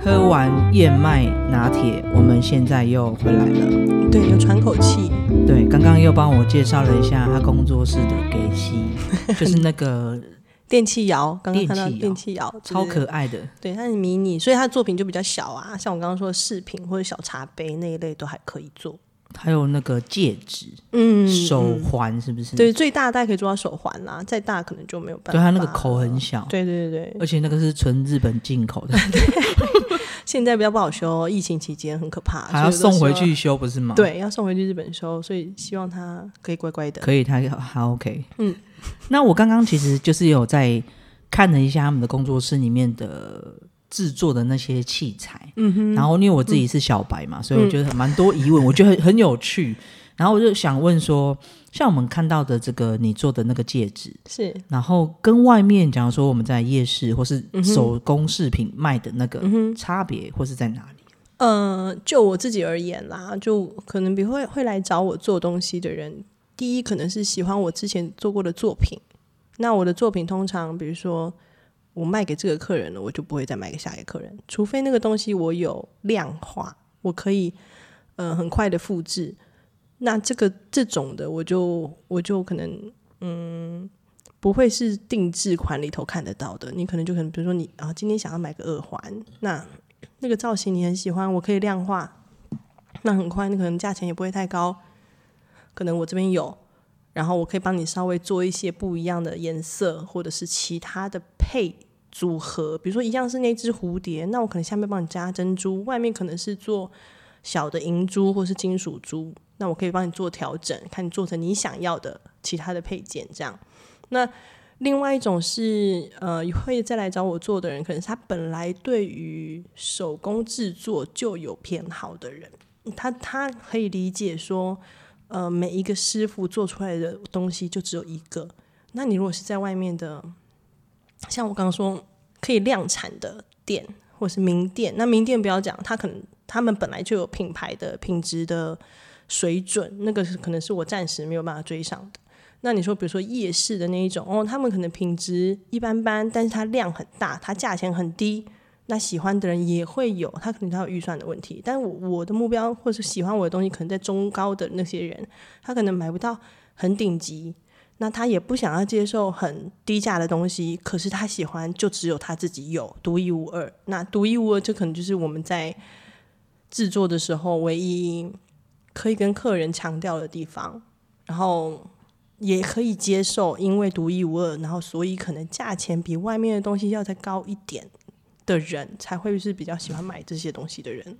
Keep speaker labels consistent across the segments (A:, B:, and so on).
A: 喝完燕麦拿铁，我们现在又回来了。
B: 对，有喘口气。
A: 对，刚刚又帮我介绍了一下他工作室的给西， 就是那个
B: 电器摇，刚刚看到
A: 电器摇
B: 电器摇，
A: 超
B: 就是
A: 可爱的。
B: 对，它是迷你，所以它的作品就比较小啊。像我刚刚说的饰品或者小茶杯那一类都还可以做。
A: 还有那个戒指、
B: 嗯，
A: 手
B: 嗯
A: 环，是不是？
B: 对最大大概可以做到手环啦，再大可能就没有办法。
A: 对，它那个口很小，
B: 对对对对，
A: 而且那个是纯日本进口的，
B: 现在比较不好修，疫情期间很可怕，
A: 还要
B: 所
A: 送
B: 以有的时
A: 回。
B: 候
A: 去修，不是吗？，
B: 对，要送回去日本修，所以希望它可以乖乖的。
A: 可以，它还 OK。
B: 嗯，
A: 那我刚刚其实就是有在看了一下他们的工作室里面的制作的那些器材，
B: 嗯哼，嗯
A: 然后因为我自己是小白嘛，所以我觉得蛮多疑问，我觉得很很有趣。然后我就想问说，像我们看到的这个你做的那个戒指，
B: 是，
A: 然后跟外面，假如说我们在夜市或是
B: 嗯哼
A: 手工饰品卖的那个
B: 嗯哼，
A: 差别，或是在哪里？
B: 呃，就我自己而言啦，就可能比会会来找我做东西的人，第一可能是喜欢我之前做过的作品。那我的作品通常，比如说我卖给这个客人了，我就不会再卖给下一个客人，除非那个东西我有量化，我可以呃很快的复制。那这个这种的，我就我就可能嗯。不会是定制款里头看得到的，你可能就可能，比如说你啊，今天想要买个耳环，那那个造型你很喜欢，我可以量化，那很快，那可能价钱也不会太高，可能我这边有，然后我可以帮你稍微做一些不一样的颜色，或者是其他的配组合，比如说一样是那只蝴蝶，那我可能下面帮你加珍珠，外面可能是做小的银珠或是金属珠，那我可以帮你做调整，看你做成你想要的其他的配件这样。那另外一种是，呃，会再来找我做的人，可能是他本来对于手工制作就有偏好的人，他他可以理解说，呃，每一个师傅做出来的东西就只有一个。那你如果是在外面的，像我刚刚说可以量产的店或是名店，那名店不要讲，他可能他们本来就有品牌的品质的水准，那个是可能是我暂时没有办法追上的。那你说，比如说夜市的那一种，哦，他们可能品质一般般，但是它量很大，它价钱很低，那喜欢的人也会有，他可能他有预算的问题。但我我的目标或是喜欢我的东西，可能在中高的那些人，他可能买不到很顶级，那他也不想要接受很低价的东西，可是他喜欢就只有他自己有，独一无二。那独一无二，这可能就是我们在制作的时候唯一可以跟客人强调的地方，然后。也可以接受，因为独一无二，然后所以可能价钱比外面的东西要再高一点的人，才会是比较喜欢买这些东西的人。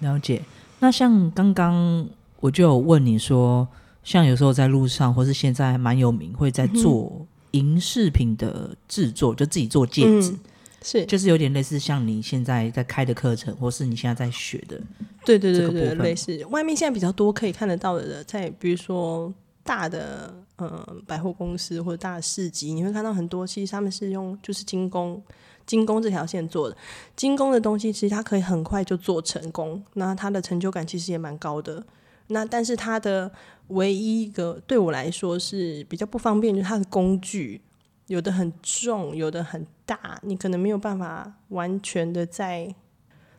A: 了解。那像刚刚我就有问你说，像有时候在路上，或是现在蛮有名，会
B: 嗯
A: 在做银饰品的制作，就自己做戒指，
B: 嗯是
A: 就是有点类似像你现在在开的课程，或是你现在在学的。
B: 对对
A: 这
B: 对
A: 个
B: 对，
A: 部分
B: 类似外面现在比较多可以看得到的，在比如说大的呃百货公司或者大的市集，你会看到很多，其实他们是用就是精工精工这条线做的。精工的东西其实它可以很快就做成功，那它的成就感其实也蛮高的。那但是它的唯一一个对我来说是比较不方便，就是它的工具有的很重，有的很大，你可能没有办法完全的在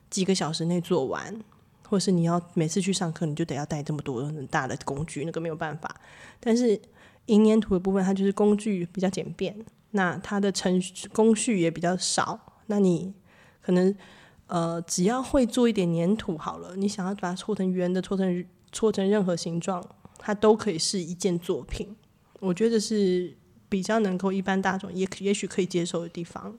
B: 几个小时内做完。或是你要每次去上课，你就得要带这么多很大的工具，那个没有办法。但是银粘土的部分，它就是工具比较简便，那它的程序工序也比较少。那你可能呃，只要会做一点粘土好了，你想要把它搓成圆的，搓成搓成任何形状，它都可以是一件作品。我觉得是比较能够一般大众也也许可以接受的地方。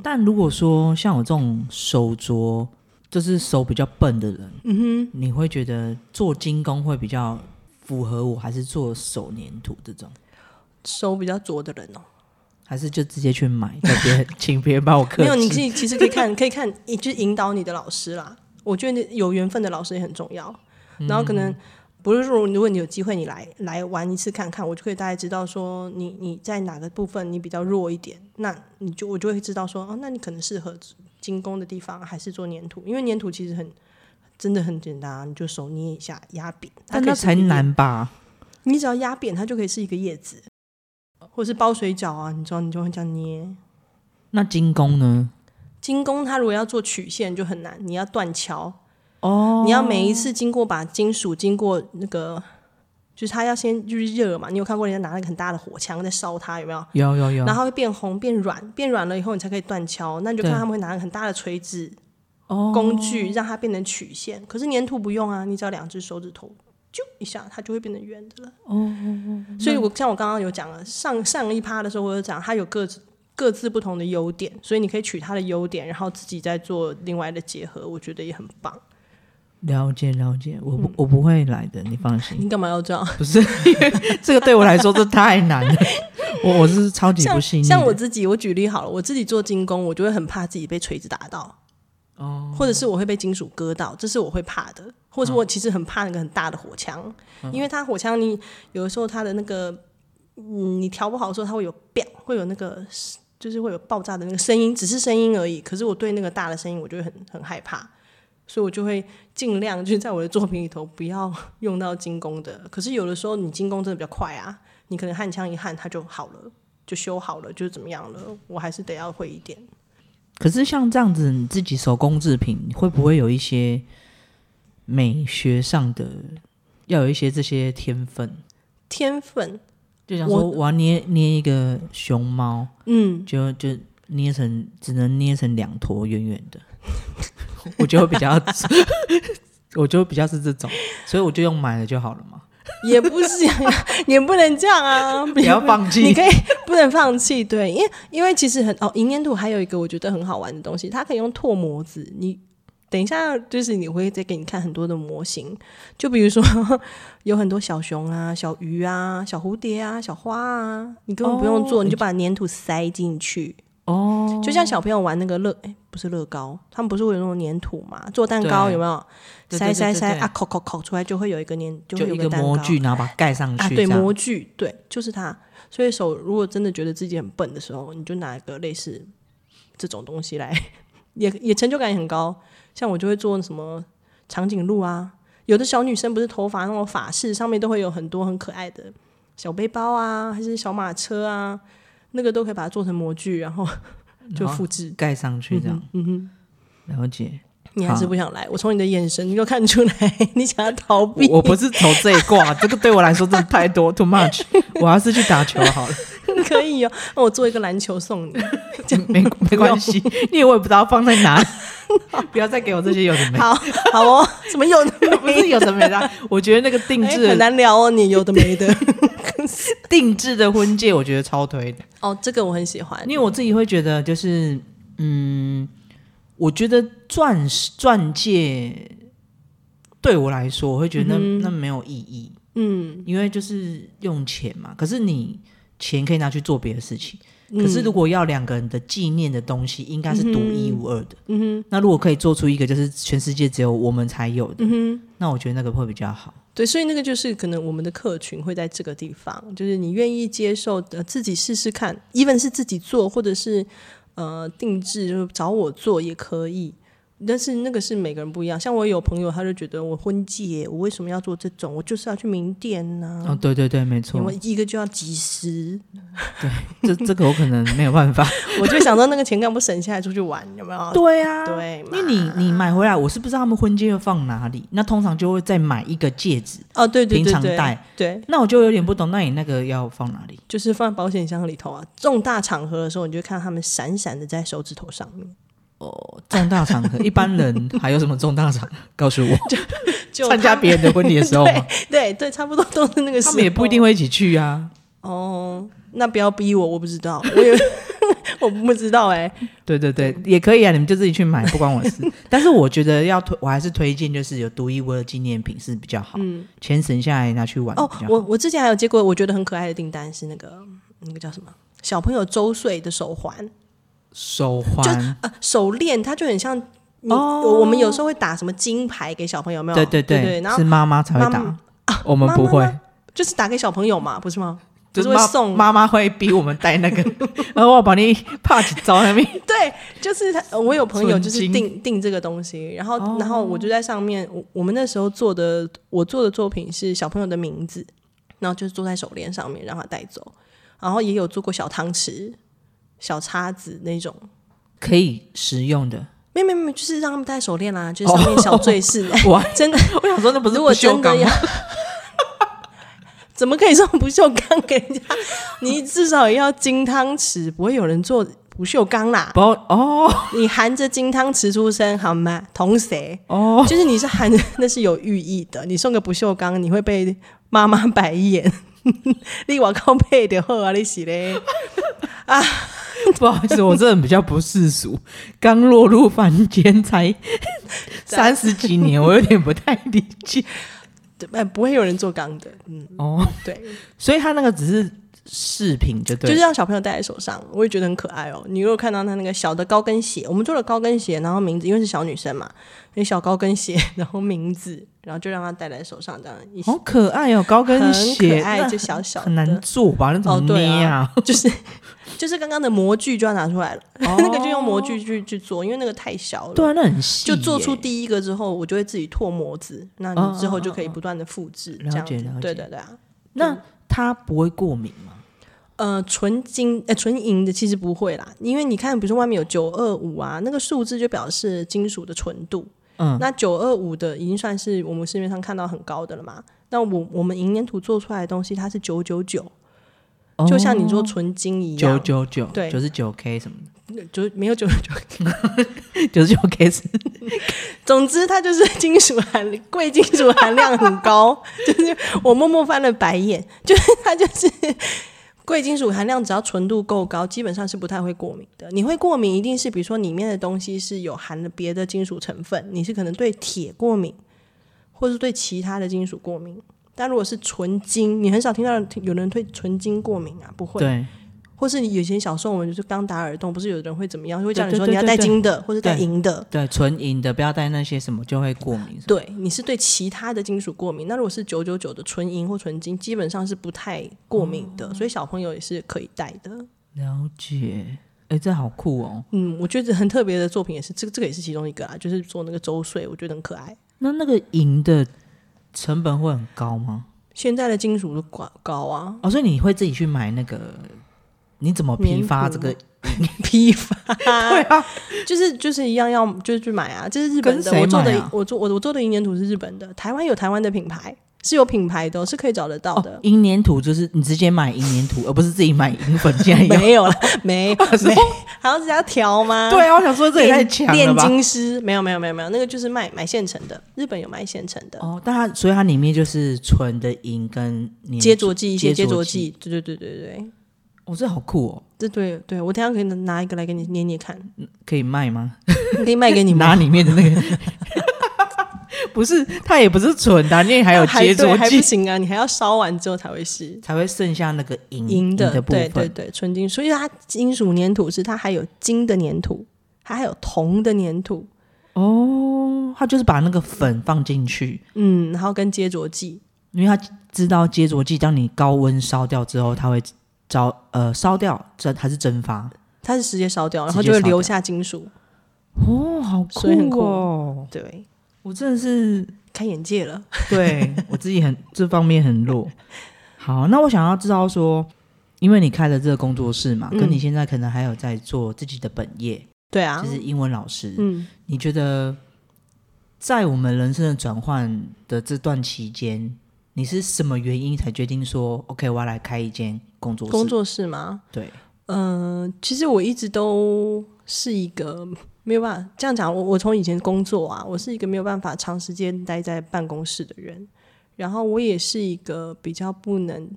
A: 但如果说像我这种手镯，就是手比较笨的人，嗯哼，你会觉得做精工会比较符合我，还是做手粘土这种？
B: 手比较拙的人哦、
A: 还是就直接去买，叫 别人请别人帮我刻制？
B: 没有，你自己其实可以看，可以看，也就是引导你的老师啦。我觉得有缘分的老师也很重要。
A: 嗯
B: 然后可能不是说，如果你有机会，你来来玩一次看看，我就可以大概知道说你你在哪个部分你比较弱一点，那你就我就会知道说哦，那你可能适合精工的地方还是做粘土，因为粘土其实很真的很简单啊，你就手捏一下压扁，它
A: 但
B: 可以
A: 那
B: 是
A: 才
B: 一个
A: 难吧？
B: 你只要压扁它就可以是一个叶子，或是包水饺啊，你知道你就会这样捏。
A: 那精工呢？
B: 精工它如果要做曲线就很难，你要断桥，
A: 哦，
B: 你要每一次经过把金属经过那个，就是它要先就是热嘛。你有看过人家拿那个很大的火枪在烧它，有没有？
A: 有有有
B: 然，后它会变红、变软，变软了以后你才可以断敲。那你就
A: 对
B: 看他们会拿很大的锤子
A: 哦
B: 工具让它变成曲线。可是粘土不用啊，你只要两只手指头啾一下，它就会变成圆的了。哦所以我像我刚刚有讲了，上上一趴的时候我有讲，它有各自各自不同的优点，所以你可以取它的优点，然后自己再做另外的结合，我觉得也很棒。
A: 了解了解，我不、我不会来的，你放心。
B: 你干嘛要这样？
A: 不是，因为这个对我来说这太难了， 我我是超级不细腻的
B: 像像我自己，我举例好了，我自己做精工，我就会很怕自己被锤子打到，
A: 哦，嗯
B: 或者是我会被金属割到，这是我会怕的。或者是我其实很怕那个很大的火枪，因为它火枪你有的时候它的那个，嗯，你调不好的时候它会有 b 会有那个就是会有爆炸的那个声音，只是声音而已。可是我对那个大的声音，我就会很很害怕，所以我就会尽量就是在我的作品里头不要用到精工的。可是有的时候你精工真的比较快啊，你可能焊枪一焊它就好了，就修好了，就怎么样了，我还是得要会一点。
A: 可是像这样子，你自己手工制品会不会有一些美学上的，要有一些这些天分？
B: 天分，
A: 就想说
B: 我
A: 我要捏捏一个熊猫，
B: 嗯，
A: 就就捏成只能捏成两坨圆圆的， 我就会比较， 我就会比较是这种，所以我就用买的就好了嘛，
B: 也不是啊，也不能这样 啊，不
A: 不要放
B: 你
A: 弃。
B: 可以不能放弃，对，因为因为其实很哦，银粘土还有一个我觉得很好玩的东西，它可以用拓模子。你等一下，就是你会再给你看很多的模型，就比如说 有很多小熊啊、小鱼啊、小蝴蝶啊、小花啊，你根本不用做，
A: 哦
B: 你就把粘土塞进去。
A: 哦，
B: 就像小朋友玩那个乐，哎、不是乐高，他们不是会有那种粘土嘛？做蛋糕
A: 对
B: 有没有？
A: 对对
B: 塞
A: 对
B: 塞
A: 对
B: 塞
A: 对
B: 啊，口口口出来就会有一个粘，就
A: 就
B: 会有
A: 一个
B: 蛋
A: 模
B: 糕
A: 具，然后把它盖嗯上去，
B: 啊，对，
A: 这样
B: 模具，对，就是它。所以手如果真的觉得自己很笨的时候，你就拿一个类似这种东西来， 也也成就感也很高。像我就会做什么长颈鹿啊，有的小女生不是头发那种发饰上面都会有很多很可爱的小背包啊，还是小马车啊，那个都可以把它做成模具，然后 就
A: 然后
B: 复制。
A: 盖上去这样。嗯哼，了解。
B: 你还是
A: 好
B: 不想来？我从你的眼神就看出来， 你想要逃避。
A: 我我不是走这一卦，啊这个对我来说真的太多 too much。我还是去打球好了，
B: 可以哦，那我做一个篮球送你。
A: 没没关系，因为我也不知道放在哪 里。不要再给我这些有的没，
B: 好好哦，什么有的没的
A: 不是有的没的。我觉得那个定
B: 哎，
A: 制
B: 很
A: 的、
B: 难聊哦，你有的没的。
A: 定制的婚戒，我觉得超推的，
B: 哦，这个我很喜欢，
A: 因为我自己会觉得就是嗯，我觉得钻石钻戒对我来说，我会觉得那、那没有意义。
B: 嗯，
A: 因为就是用钱嘛，可是你钱可以拿去做别的事情。
B: 嗯
A: 可是如果要两个人的纪念的东西，应该是独一无二的。嗯哼，那如果可以做出一个就是全世界只有我们才有的，嗯哼，那我觉得那个会比较好。
B: 对，所以那个就是可能我们的客群会在这个地方，就是你愿意接受的，自己试试看，even 是自己做，或者是呃定制，就是找我做也可以。但是那个是每个人不一样，像我有朋友，他就觉得我婚戒，我为什么要做这种？我就是要去名店呐、
A: 哦，对对对，没
B: 因
A: 错
B: 为，一个就要几十，
A: 这这个我可能没有办法。
B: 我就想到那个钱干不省下来出去玩，有没 有？
A: 对啊，
B: 哦对嘛
A: 因为你你买回来，我是不知道他们婚戒要放哪里，那通常就会再买一个戒指，
B: 哦，对对
A: 平
B: 对
A: 常
B: 对
A: 戴，
B: 对，
A: 那我就有点不懂，那你那个要放哪 里？
B: 就是放在保险箱里头啊。重大场合的时候，你就会看到他们闪闪的在手指头上面，
A: 哦，重大场合，一般人还有什么重大 场合？告诉我。
B: 就
A: 参加
B: 他
A: 别人的婚礼的时候嘛，
B: 对 对，差不多都是那个时
A: 他
B: 候。
A: 们也不一定会一起去啊。
B: 哦，那不要逼我，我不知道，我也 我不知道哎、
A: 对对对，也可以啊，你们就自己去买，不关我的事。 但是我觉得要推，我还是推荐就是有独一无二的纪念品是比较好，钱省下来拿去玩
B: 嗯哦
A: 比较，好。
B: 我我之前还有接过我觉得很可爱的订单是那个那个叫什么？小朋友周岁的手环、
A: 手环，
B: 呃、手链，它就很像你、
A: 哦
B: 我我们有时候会打什么金牌给小朋友，有没有？
A: 对
B: 对
A: 对，
B: 然后
A: 是妈妈才会
B: 哦妈
A: 打，我们不会
B: 妈妈。吗就是打给小朋友嘛，不是吗？
A: 就
B: 不是会送
A: 妈妈妈会逼我们带那个， 然后我把你怕几招那边，
B: 对，就是他，呃我有朋友就是
A: 纯金哦
B: 订订这个东西，然后、然后我就在上面，我我们那时候做的我做的作品是小朋友的名字，然后就是做在手链上面让他带走，然后也有做过小汤匙，小叉子那种。
A: 可以食用的。
B: 没有没有没有，就是让他们戴手链啊，就是上面小坠饰的。
A: 哦我还
B: 真的，
A: 我想说，那不是
B: 如
A: 不
B: 果
A: 锈
B: 真的
A: 钢
B: 要
A: 吗？，
B: 怎么可以送不锈钢给人家？你至少也要金汤匙，不会有人做不锈钢啦。
A: 不哦
B: 你含着金汤匙出生好吗？同谁？
A: 哦，
B: 就是你是含着， 那是有寓意的。你送个不锈钢，你会被妈妈白眼。 你瓦靠配的好啊，你是嘞？
A: 不好意思，我这人比较不世俗，刚落入凡间 才三十几年，我有点不太理解
B: 对哎，不会有人做钢的。嗯，
A: 哦。
B: 对，
A: 所以他那个只是饰品，就对了，
B: 就是让小朋友戴在手上，我也觉得很可爱哦。你如果看到他那个小的高跟鞋，我们做了高跟鞋，然后名字因为是小女生嘛，那小高跟鞋， 然后名字，然后就让她戴在手上，这样一
A: 好可爱哦，高跟
B: 很
A: 鞋
B: 可爱，
A: 那
B: 就小小的，
A: 很难做吧？那怎
B: 哦
A: 么
B: 对
A: 捏啊？
B: 就是就是刚刚的模具就要拿出来了，
A: 哦
B: 那个就用模具去去做，因为那个太小了。
A: 对啊，那很细
B: 就
A: 耶，
B: 做出第一个之后，我就会自己拓模子，那
A: 嗯
B: 你之后
A: 嗯
B: 就可以
A: 嗯
B: 不断的复制，
A: 了
B: 这样
A: 解
B: 子
A: 了解
B: 对对对啊，
A: 那他不会过敏吗？
B: 呃，纯金呃纯银的其实不会啦，因为你看，比如说外面有九二五啊，那个数字就表示金属的纯度。
A: 嗯，
B: 那九二五的已经算是我们市面上看到很高的了嘛。那我我们银粘土做出来的东西，它是九九九，就像你说纯金一
A: 哦九
B: 样，
A: 九九，
B: 对
A: 九十九 K 什么
B: 就是没有九九九。
A: 的， 九十九 K 是
B: 总之，它就是金属含贵金属含量很高， 就是我默默翻了白眼， 就是它就是贵金属含量只要纯度够高，基本上是不太会过敏的。你会过敏一定是比如说里面的东西是有含了别的金属成分，你是可能对铁过敏，或是对其他的金属过敏。但如果是纯金，你很少听到有人对纯金过敏啊，不会。
A: 对，
B: 或是你以前小时候我们就是刚打耳洞，不是有人会怎么样，会叫你
A: 对
B: 说
A: 对
B: 你要
A: 对
B: 戴
A: 对
B: 金的，或是戴
A: 对
B: 银的。
A: 对，纯银的，不要带那些什么就会过敏。
B: 对，你是对其他的金属过敏。那如果是九九九的纯银或纯金，基本上是不太过敏
A: 哦
B: 的，所以小朋友也是可以戴的。
A: 了解，哎，这好酷哦。
B: 嗯，我觉得很特别的作品也是这个，这个也是其中一个啊，就是做那个周岁，我觉得很可爱。
A: 那那个银的成本会很高吗？
B: 现在的金属都高高啊，
A: 哦，所以你会自己去买那个？你怎么批发
B: 棉
A: 这
B: 布
A: 个？
B: 批发
A: 对啊，
B: 就是就是一样要就是去买啊，这是日本
A: 跟
B: 的。
A: 谁
B: 我做
A: 买
B: 的
A: 啊
B: 我做我我做的银粘土是日本的，台湾有台湾的品牌，是有品牌的哦，是可以找得到的。
A: 哦，银粘土就是你直接买银粘土，而不是自己买银 粉。现在有
B: 没有了，没
A: 说
B: 没，还要自己要调吗？
A: 对啊，我想说这也太
B: 炼
A: 强了
B: 炼
A: 吧。
B: 金师没有没有没有没有，那个就是卖买现成的，日本有卖现成的，
A: 哦，但它所以它里面就是纯的银跟粘
B: 接
A: 土
B: 着剂一些
A: 接
B: 接
A: 着
B: 着
A: 剂
B: 剂，对对对对对，
A: 哦，这好酷哦，
B: 这对对我等一下可以拿一个来给你捏捏看，
A: 可以卖吗？
B: 可以卖给 你
A: 拿
B: 吗？
A: 里面的那 个，不是，它也不是纯的啊、因为还有
B: 还
A: 接
B: 对
A: 着
B: 还不
A: 剂，
B: 行啊，你还要烧完之后才会是
A: 才会剩下那个嗯银
B: 银
A: 的部
B: 对
A: 分。
B: 对对，纯金，所以它金属粘土是它还有金的粘土，它还有铜的粘土，
A: 哦，它就是把那个粉放进去，
B: 嗯，然后跟接着剂，
A: 因为它知道接着剂，当你高温烧掉之后，它会烧呃烧掉蒸还是蒸发。
B: 它是直接烧掉，然
A: 直
B: 后
A: 接
B: 就会
A: 烧
B: 留
A: 掉
B: 下金属，
A: 哦，好
B: 所以很酷
A: 哦！
B: 对，
A: 我真的是
B: 开眼界了。
A: 对我自己很这方面很弱。好，那我想要知道说，因为你开了这个工作室嘛，跟
B: 嗯
A: 你现在可能还有在做自己的本业，
B: 对啊，
A: 就是英文老师。
B: 嗯，
A: 你觉得在我们人生的转换的这段期间，你是什么原因才决定说 OK，我要来开一间工作室？
B: 工作室吗？
A: 对，
B: 嗯、其实我一直都是一个没有办法这样讲。我我从以前工作啊，我是一个没有办法长时间待在办公室的人，然后我也是一个比较不能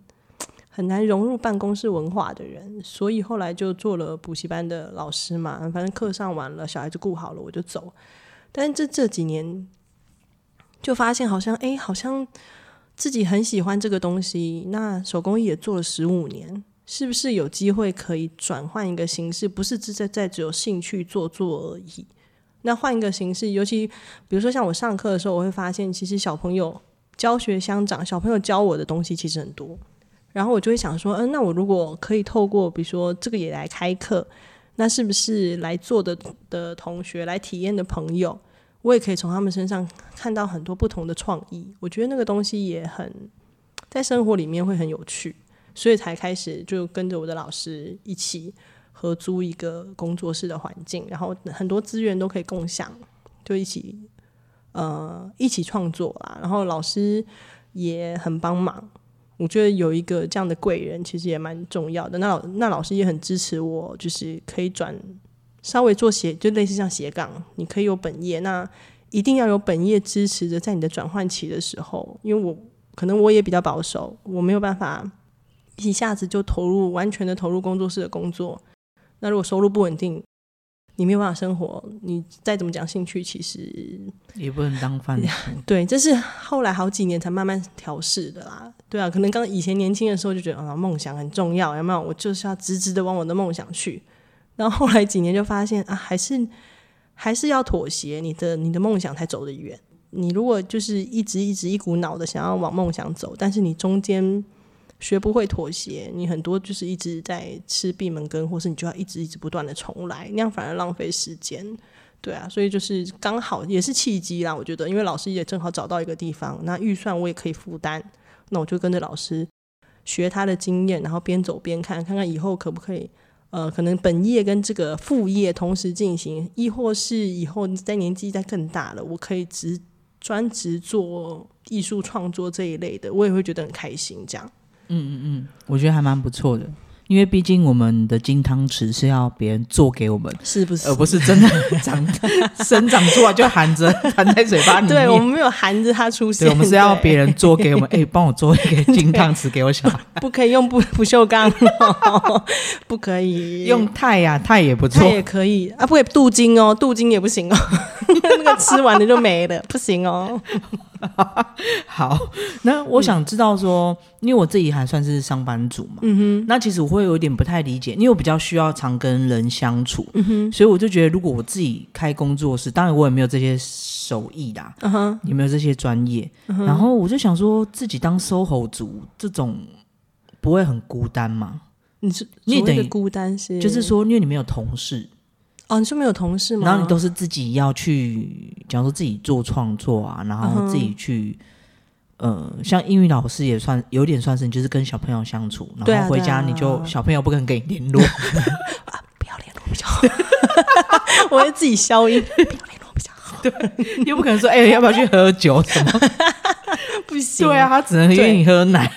B: 很难融入办公室文化的人，所以后来就做了补习班的老师嘛。反正课上完了，小孩子顾好了，我就走。但是这这几年就发现，好像哎，好像自己很喜欢这个东西。那手工艺也做了十五年，是不是有机会可以转换一个形式？不是只在在只有兴趣做做而已。那换一个形式，尤其比如说像我上课的时候，我会发现其实小朋友教学相长，小朋友教我的东西其实很多。然后我就会想说，嗯、那我如果可以透过比如说这个也来开课，那是不是来做的的同学来体验的朋友，我也可以从他们身上看到很多不同的创意。我觉得那个东西也很在生活里面会很有趣，所以才开始就跟着我的老师一起合租一个工作室的环境，然后很多资源都可以共享，就一起呃一起创作啦。然后老师也很帮忙，我觉得有一个这样的贵人其实也蛮重要的。那老那老师也很支持我，就是可以转稍微做斜，就类似像斜杠，你可以有本业，那一定要有本业支持着，在你的转换期的时候，因为我可能我也比较保守，我没有办法一下子就投入完全的投入工作室的工作。那如果收入不稳定，你没有办法生活，你再怎么讲兴趣，其实
A: 也不能当饭吃。
B: 对，这是后来好几年才慢慢调试的啦。对啊，可能刚以前年轻的时候就觉得啊，梦想很重要，有没有？我就是要直直的往我的梦想去。然后后来几年就发现啊，还是还是要妥协，你的你的梦想才走得远。你如果就是一直一直一股脑的想要往梦想走，但是你中间学不会妥协，你很多就是一直在吃闭门羹，或是你就要一直一直不断的重来，那样反而浪费时间。对啊，所以就是刚好也是契机啦，我觉得，因为老师也正好找到一个地方，那预算我也可以负担，那我就跟着老师学他的经验，然后边走边看，看看以后可不可以，呃，可能本业跟这个副业同时进行，亦或是以后在年纪再更大了，我可以只专职做艺术创作这一类的，我也会觉得很开心。这样，
A: 嗯，我觉得还蛮不错的，因为毕竟我们的金汤匙是要别人做给我们，
B: 是呃不是？
A: 呃而不是真 的长生长出来就含着含在嘴巴里面。
B: 对我们没有含着它出现，
A: 对我们是要
B: 对
A: 别人做给我们，哎、帮我做一 个金汤匙给我小孩，
B: 不可以用不不锈钢、哦， 不可以
A: 用钛呀、钛也不
B: 它
A: 错。
B: 也可以啊，不可以镀金哦，镀金也不行哦， 那个吃完了就没了， 不行哦。
A: 好， 那我想知道说，因为我自己还算是上班族嘛，嗯哼，那其实我会有点不太理解，因为我比较需要常跟人相处，嗯哼，所以我就觉得如果我自己开工作室，当然我也没有这些手艺啦，
B: 嗯哼，
A: 也没有这些专业，然后我就想说自己当 SOHO 族这种不会很孤单吗？
B: 你是
A: 你
B: 所谓
A: 等
B: 的
A: 于
B: 孤单是，
A: 就是说，因为你没有同事，
B: 哦，你是没有同事吗？
A: 然后你都是自己要去，假如说自己做创作啊，然
B: 嗯
A: 后
B: 哼
A: 自己去，呃，像英语老师也算有点算是你就是跟小朋友相处，
B: 对
A: 然
B: 啊
A: 后回
B: 对
A: 家
B: 啊
A: 你就、小朋友不肯跟你联络，
B: 不要联络比较好， 我会自己 消音，不要联络比较好，
A: 又不可能说哎、要不要去喝酒什么？
B: 不行。
A: 对啊，，他只能约你喝奶，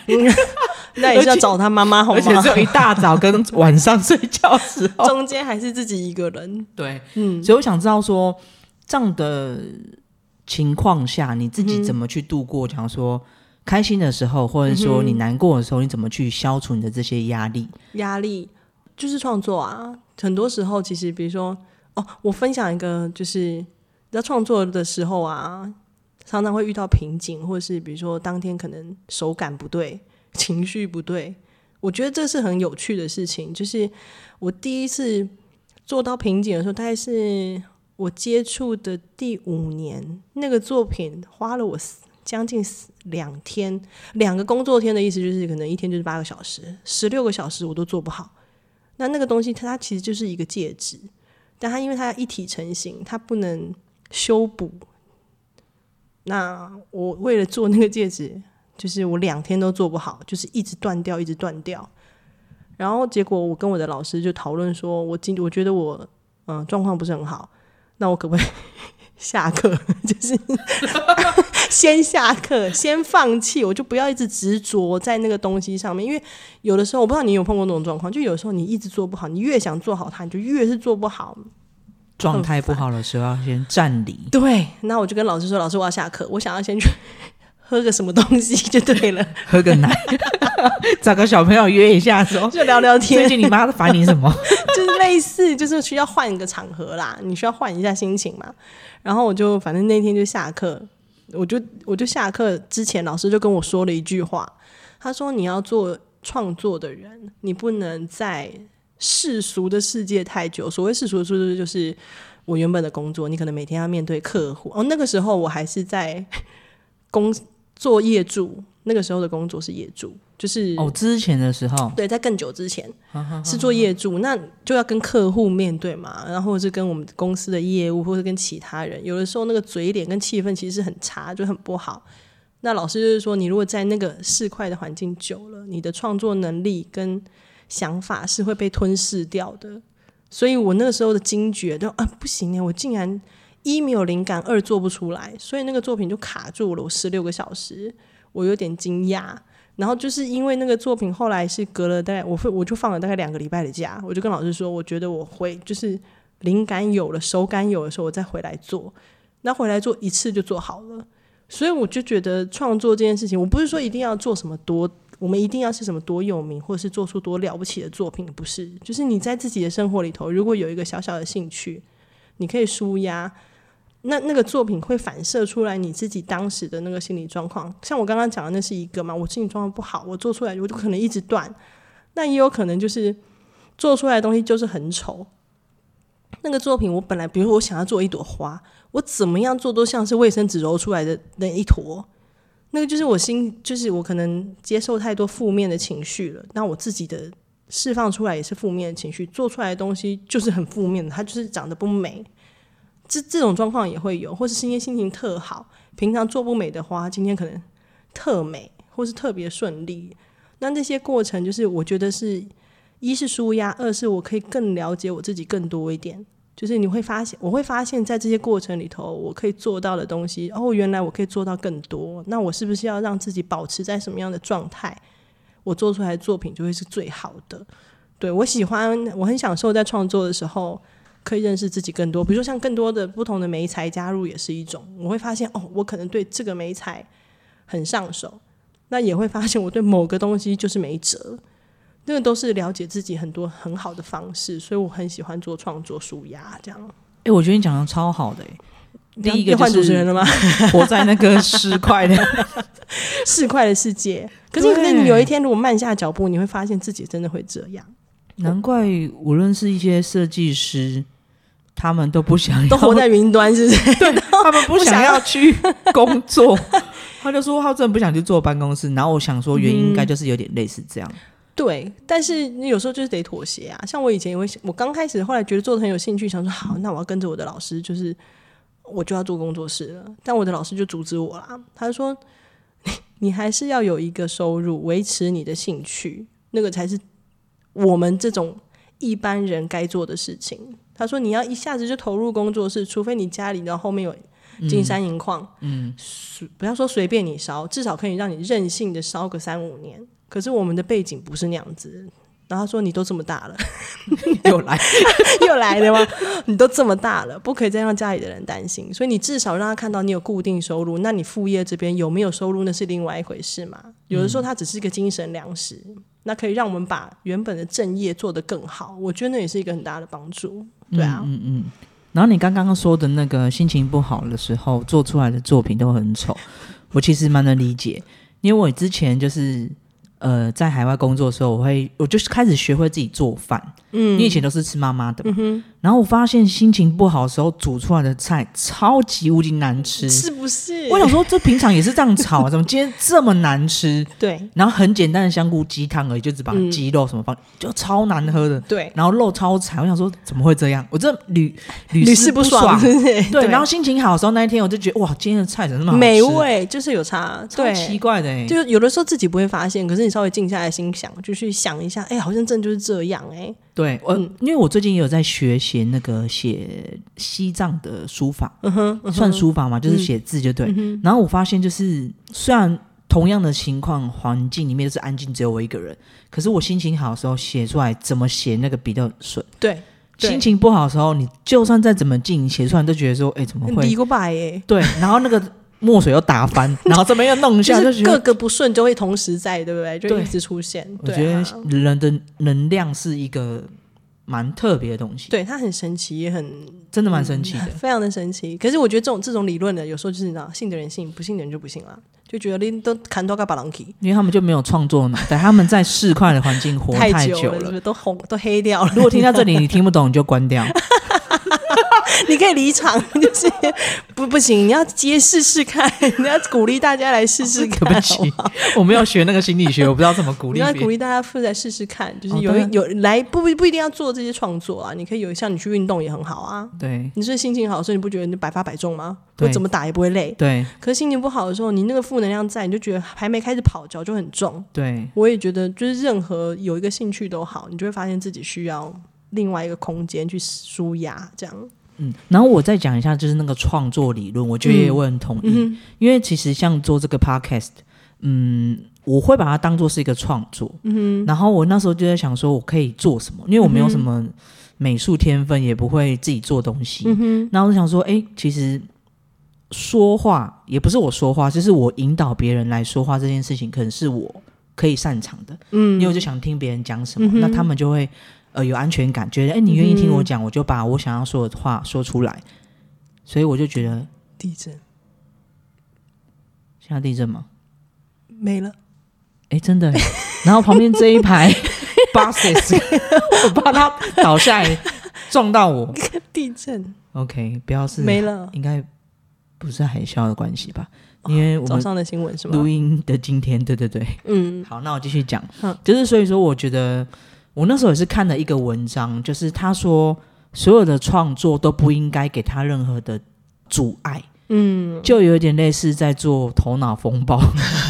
B: 那也是要找他妈妈好
A: 而且哦
B: 吗
A: 只？有一大早跟晚上睡觉的时候。
B: 中间还是自己一个人，
A: 对，
B: 嗯，
A: 所以我想知道说这样的情况下，你自己怎么去度过？假如说开心的时候，或者说你难过的时候，你怎么去消除你的这些压力？
B: 压力就是创作啊。很多时候，其实比如说，哦，我分享一个，就是在创作的时候啊，常常会遇到瓶颈，或者是比如说当天可能手感不对，情绪不对。我觉得这是很有趣的事情。就是我第一次做到瓶颈的时候，大概是我接触的第五年，那个作品花了我四将近四两天，两个工作天的意思就是可能一天就是八个小时，十六个小时我都做不好。那那个东西它它其实就是一个介质，但它因为它一体成型，它不能修补。那我为了做那个戒指，就是我两天都做不好，就是一直断掉，一直断掉。然后结果我跟我的老师就讨论说，我今我觉得我嗯、呃状况不是很好，那我可不可以 下课？ 就是先下课，先放弃，我就不要一直执着在那个东西上面，因为有的时候我不知道你有碰过那种状况，就有时候你一直做不好，你越想做好它，你就越是做不好，
A: 状态不好的时候要先站离。
B: 对，那我就跟老师说，老师我要下课，我想要先去 喝个什么东西就对了，
A: 喝个 奶，找个小朋友约一下说，
B: 就聊 聊
A: 最
B: 天，
A: 近你妈烦你什么？
B: 就是类似，就是需要换一个场合啦，你需要换一下心情嘛。然后我就反正那天就下课，我就我就下课之前，老师就跟我说了一句话，他说你要做创作的人，你不能在世俗的世界太久。所谓世俗的世界，就是我原本的工作，你可能每天要面对客户。哦，那个时候我还是在 工做业主，那个时候的工作是业主，就是
A: 哦，之前的时候，
B: 对，在更久之前是做业主，那就要跟客户面对嘛，然后或者是跟我们公司的业务，或者跟其他人，有的时候那个嘴脸跟气氛其实是很差，就很不好。那老师就是说，你如果在那个市侩的环境久了，你的创作能力跟想法是会被吞噬掉的。所以我那个时候的惊觉就啊不行耶，我竟然一没有灵感，二做不出来，所以那个作品就卡住了我十六个小时，我有点惊讶。然后就是因为那个作品，后来是隔了大概，我会我就放了大概两个礼拜的假，我就跟老师说，我觉得我会就是灵感有了，手感有的时候，我再回来做。那回来做一次就做好了，所以我就觉得创作这件事情，我不是说一定要做什么多，我们一定要是什么多有名，或者是做出多了不起的作品，不是？就是你在自己的生活里头，如果有一个小小的兴趣，你可以舒压。那那个作品会反射出来你自己当时的那个心理状况，像我刚刚讲的，那是一个嘛，我心理状况不好，我做出来我就可能一直断，那也有可能就是做出来的东西就是很丑。那个作品我本来，比如我想要做一朵花，我怎么样做都像是卫生纸揉出来的那一坨，那个就是我心，就是我可能接受太多负面的情绪了，那我自己的释放出来也是负面的情绪，做出来的东西就是很负面的，它就是长得不美。这这种状况也会有，或是今天心情特好，平常做不美的花，今天可能特美，或是特别顺利。那这些过程，就是我觉得是一是舒压，二是我可以更了解我自己更多一点。就是你会发现，我会发现在这些过程里头，我可以做到的东西，哦，原来我可以做到更多。那我是不是要让自己保持在什么样的状态，我做出来的作品就会是最好的？对我喜欢，我很享受在创作的时候。可以认识自己更多，比如说像更多的不同的媒材加入也是一种，我会发现哦，我可能对这个媒材很上手，那也会发现我对某个东西就是没辙，那个都是了解自己很多很好的方式，所以我很喜欢做创作、舒压这样。
A: 哎、我觉得你讲的超好的、欸，第一个
B: 要换
A: 就
B: 主持人
A: 是
B: 了吗？
A: 活在那个失快的，
B: 市侩的世界，可是可能你有一天如果慢下脚步，你会发现自己真的会这样，
A: 难怪无论是一些设计师，他们都不想要
B: 都 活在云端，是不是？
A: 他们不
B: 不想
A: 想
B: 要
A: 要去工 作，他就说他真的不想去坐办公室。然后我想说，原因应该就是有点类似这样。
B: 对，但是你有时候就是得妥协啊。像我以前也会想，我刚开始后来觉得做的很有兴趣，想说好，那我要跟着我的老师，就是我就要做工作室了。但我的老师就阻止我啦，他就说你你还是要有一个收入，维持你的兴趣，那个才是我们这种一般人该做的事情。他说你要一下子就投入工作室，除非你家里然后后面有金山银矿，
A: 嗯，
B: 随不要说随便你烧，至少可以让你任性的烧个三五年。可是我们的背景不是那样子。然后他说：“你都这么大了，
A: 又来，
B: 又来了吗？你都这么大了，不可以再让家里的人担心。所以你至少让他看到你有固定收入。那你副业这边有没有收入，那是另外一回事嘛。有的时候它只是一个精神粮食，那可以让我们把原本的正业做得更好。我觉得那也是一个很大的帮助。对啊，
A: 嗯嗯。然后你刚刚说的那个心情不好的时候做出来的作品都很丑，我其实蛮能理解，因为我之前就是呃在海外工作的时候，我会我就是开始学会自己做饭，
B: 嗯
A: 因为以前都是吃妈妈的嘛。然后我发现心情不好的时候煮出来的菜超级无敌难吃，
B: 是不是？
A: 我想说，这平常也是这样 炒啊，怎么今天这么难吃？
B: 对
A: 然后很简单的香菇鸡汤而已，就只把
B: 嗯
A: 鸡肉什么放，就超难喝的。
B: 对，
A: 然后肉超柴，我想说怎么会这样？我这屡屡
B: 屡
A: 试
B: 试不
A: 爽
B: 爽，。是不是？
A: 对，然后心情好的时候，那一天我就觉得哇，今天的菜怎么那么好吃
B: 美，味就是有差，
A: 超
B: 对，
A: 奇怪的欸。
B: 就是有的时候自己不会发现，可是你稍微静下来心想，就去想一下，哎、好像真的就是这样、哎，
A: 对，我
B: 嗯
A: 因为我最近也有在学写那个写西藏的书法，
B: 嗯哼，嗯哼嗯
A: 算书法嘛，就是写字就对。然后我发现，就是虽然同样的情况环境里面都是安静，只有我一个人，可是我心情好的时候写出来，怎么写那个笔都很顺。
B: 对，对
A: 心情不好的时候，你就算再怎么静，写出来都觉得说，哎，怎么
B: 离
A: 会？
B: 过百哎，
A: 对，然后那个墨水又打 翻，然后这边又弄一下，
B: 就
A: 啊就是觉
B: 各
A: 得。
B: 个不顺就会同时在，对不对？就
A: 对
B: 一直出现，
A: 我觉
B: 对、啊，
A: 得人的能量是一个蛮特别的东西，
B: 对，它很神奇，也很
A: 真的蛮神奇的。
B: 非常的神奇。可是我觉得这种这种理论呢，有时候就是你知道，信的人信，不信的人就不信了，就觉得连都砍到个巴朗基
A: 因为他们就没有创作脑袋，他们在市侩的环境活太
B: 久
A: 久
B: 是不
A: 了。
B: 是都红都黑掉了？
A: 如果听到这里你听不懂，你就关 掉。
B: 你可以离场， 就是不不行，你要接试试看，你要鼓励大家来试试看。
A: 哦对不
B: 好
A: 起，我没有学那个心理学，我不知道怎么鼓
B: 你
A: 励
B: 要
A: 别
B: 鼓
A: 人。
B: 励大家负责试试看，就是
A: 哦
B: 有、
A: 当然
B: 有来不不不一定要做这些创作啊，你可以有像你去运动也很好啊。
A: 对
B: 你是心情好的时候，你不觉得你百发百中吗？
A: 对
B: 我怎么打也不会累。
A: 对
B: 可是心情不好的时候，你那个负能量在，你就觉得还没开始跑，脚就很重。
A: 对，
B: 我也觉得，就是任何有一个兴趣都好，你就会发现自己需要另外一个空间去舒压，这样。
A: 嗯，然后我再讲一下，就是那个创作理论，我觉得也我很同意，
B: 嗯
A: 因为其实像做这个 podcast，嗯，我会把它当做是一个创作，嗯，然后我那时候就在想说，我可以做什么，因为我没有什么美术天分，也不会自己做东西，嗯、然后我就想说，哎，其实说话也不是我说话，就是我引导别人来说话这件事情，可能是我可以擅长的，
B: 嗯，
A: 因为我就想听别人讲什么，那他们就会呃有安全感，觉得哎、诶你愿意听我讲，我就把我想要说的话说出来。所以我就觉得
B: 地震
A: 现在地震吗？
B: 没了，
A: 哎、真的、诶然后旁边这一排 buses，我怕它倒下来撞到我。
B: 地震
A: OK，不要是
B: 没，了。
A: 应该不是海啸的关系吧？因为我
B: 哦早
A: 们
B: 上的新闻是吗
A: 录？音的今天，对对对，
B: 嗯
A: 好，那我继续讲
B: 嗯，
A: 就是所以说，我觉得我那时候也是看了一个文章，就是他说所有的创作都不应该给他任何的阻碍，
B: 嗯
A: 就有点类似在做头脑风 暴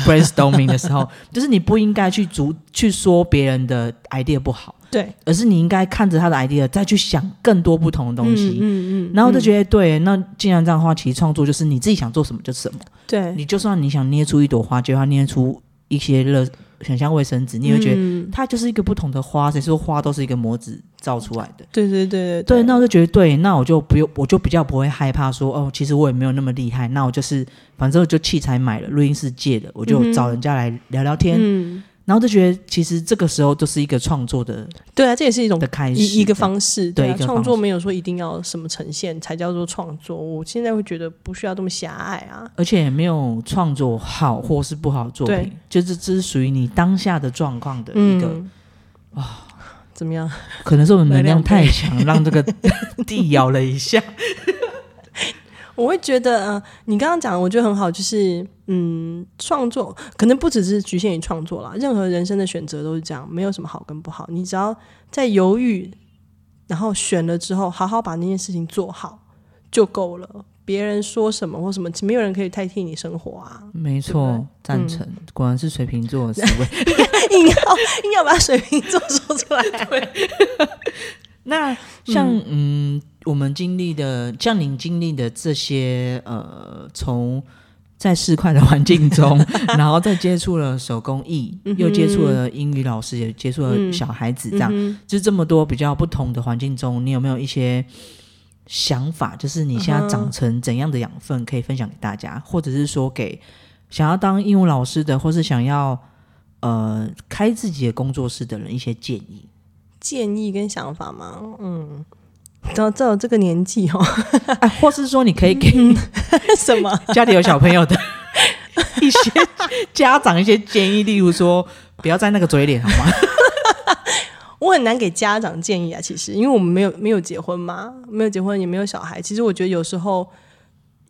A: brainstorming 的时候，就是你不应该去阻去说别人的 idea 不好，
B: 对，
A: 而是你应该看着他的 idea 再去想更多不同的东西。
B: 嗯嗯嗯，
A: 然后就
B: 得
A: 觉得对，那既然这样的话，其实创作就是你自己想做什么就什么。
B: 对，
A: 你就算你想捏出一朵花，就要捏出一些乐，很像卫生纸，你会觉得
B: 得
A: 它就是一个不同的花，谁说花都是一个模子造出来的？
B: 对对
A: 对，
B: 对对，
A: 那我就觉得对，那我就不用，我就比较不会害怕说哦，其实我也没有那么厉害，那我就是反正我就器材买了，录音室借的，我就找人家来聊聊天，
B: 嗯，
A: 然后就觉得其实这个时候就是一个创作的
B: 对啊，这也是一种
A: 的开始，
B: 一一个方式，
A: 对
B: 啊
A: 一个
B: 创
A: 方
B: 作
A: 式
B: 没有说一定要什么呈现才叫做创作，我现在会觉得不需要这么狭隘啊。
A: 而且也没有创作好或是不好的作
B: 对
A: 品，就是这是属于你当下的状况的一个。
B: 嗯，哇，怎么样？
A: 可能是我们能量太
B: 能
A: 强，让这个 地摇了一 下。！
B: 我会觉得，呃，你刚刚讲，我觉得很好，就是，嗯，创作可能不只是局限于创作啦，任何人生的选择都是这样，没有什么好跟不好，你只要在犹豫，然后选了之后，好好把那件事情做好就够了。别人说什么或什么，没有人可以代替你生活啊
A: 没
B: 对嗯
A: 错
B: 不，
A: 赞成，果然是水瓶座的思维。
B: 硬要硬要把水瓶座说出来，
A: 那像嗯我们经历的，像您经历的这些呃，从在市侩的环境中， 然后再接触了手工艺，又接触了英语老师，也接触了小孩子，这样、就这么多比较不同的环境中，你有没有一些？想法就是你现在长成怎样的养分可以分享给大家，或者是说给想要当英文老师的，或是想要呃开自己的工作室的人一些建 议。
B: 建议跟想法吗？嗯，到到我这个年纪哦，
A: 哎，或是说你可以给
B: 什么？
A: 家里有小朋友 的一些家长一些建议，例如说不要在那个嘴脸好吗？
B: 我很难给家长建议啊，其实，因为我们没有没有结婚嘛，没有结婚也没有小孩。其实我觉得有时候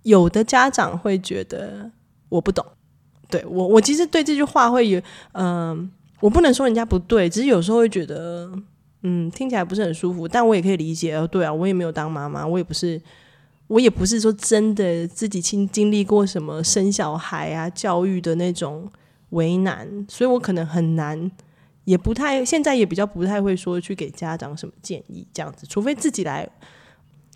B: 有的家长会觉得我不懂，对我我其实对这句话会有嗯、我不能说人家不对，只是有时候会觉得嗯听起来不是很舒服，但我也可以理解。哦，对啊，我也没有当妈妈，我也不是。我也不是说真的自己经经历过什么生小孩啊、教育的那种为难，所以我可能很难也不太，现在也比较不太会说去给家长什么建议这样子，除非自己来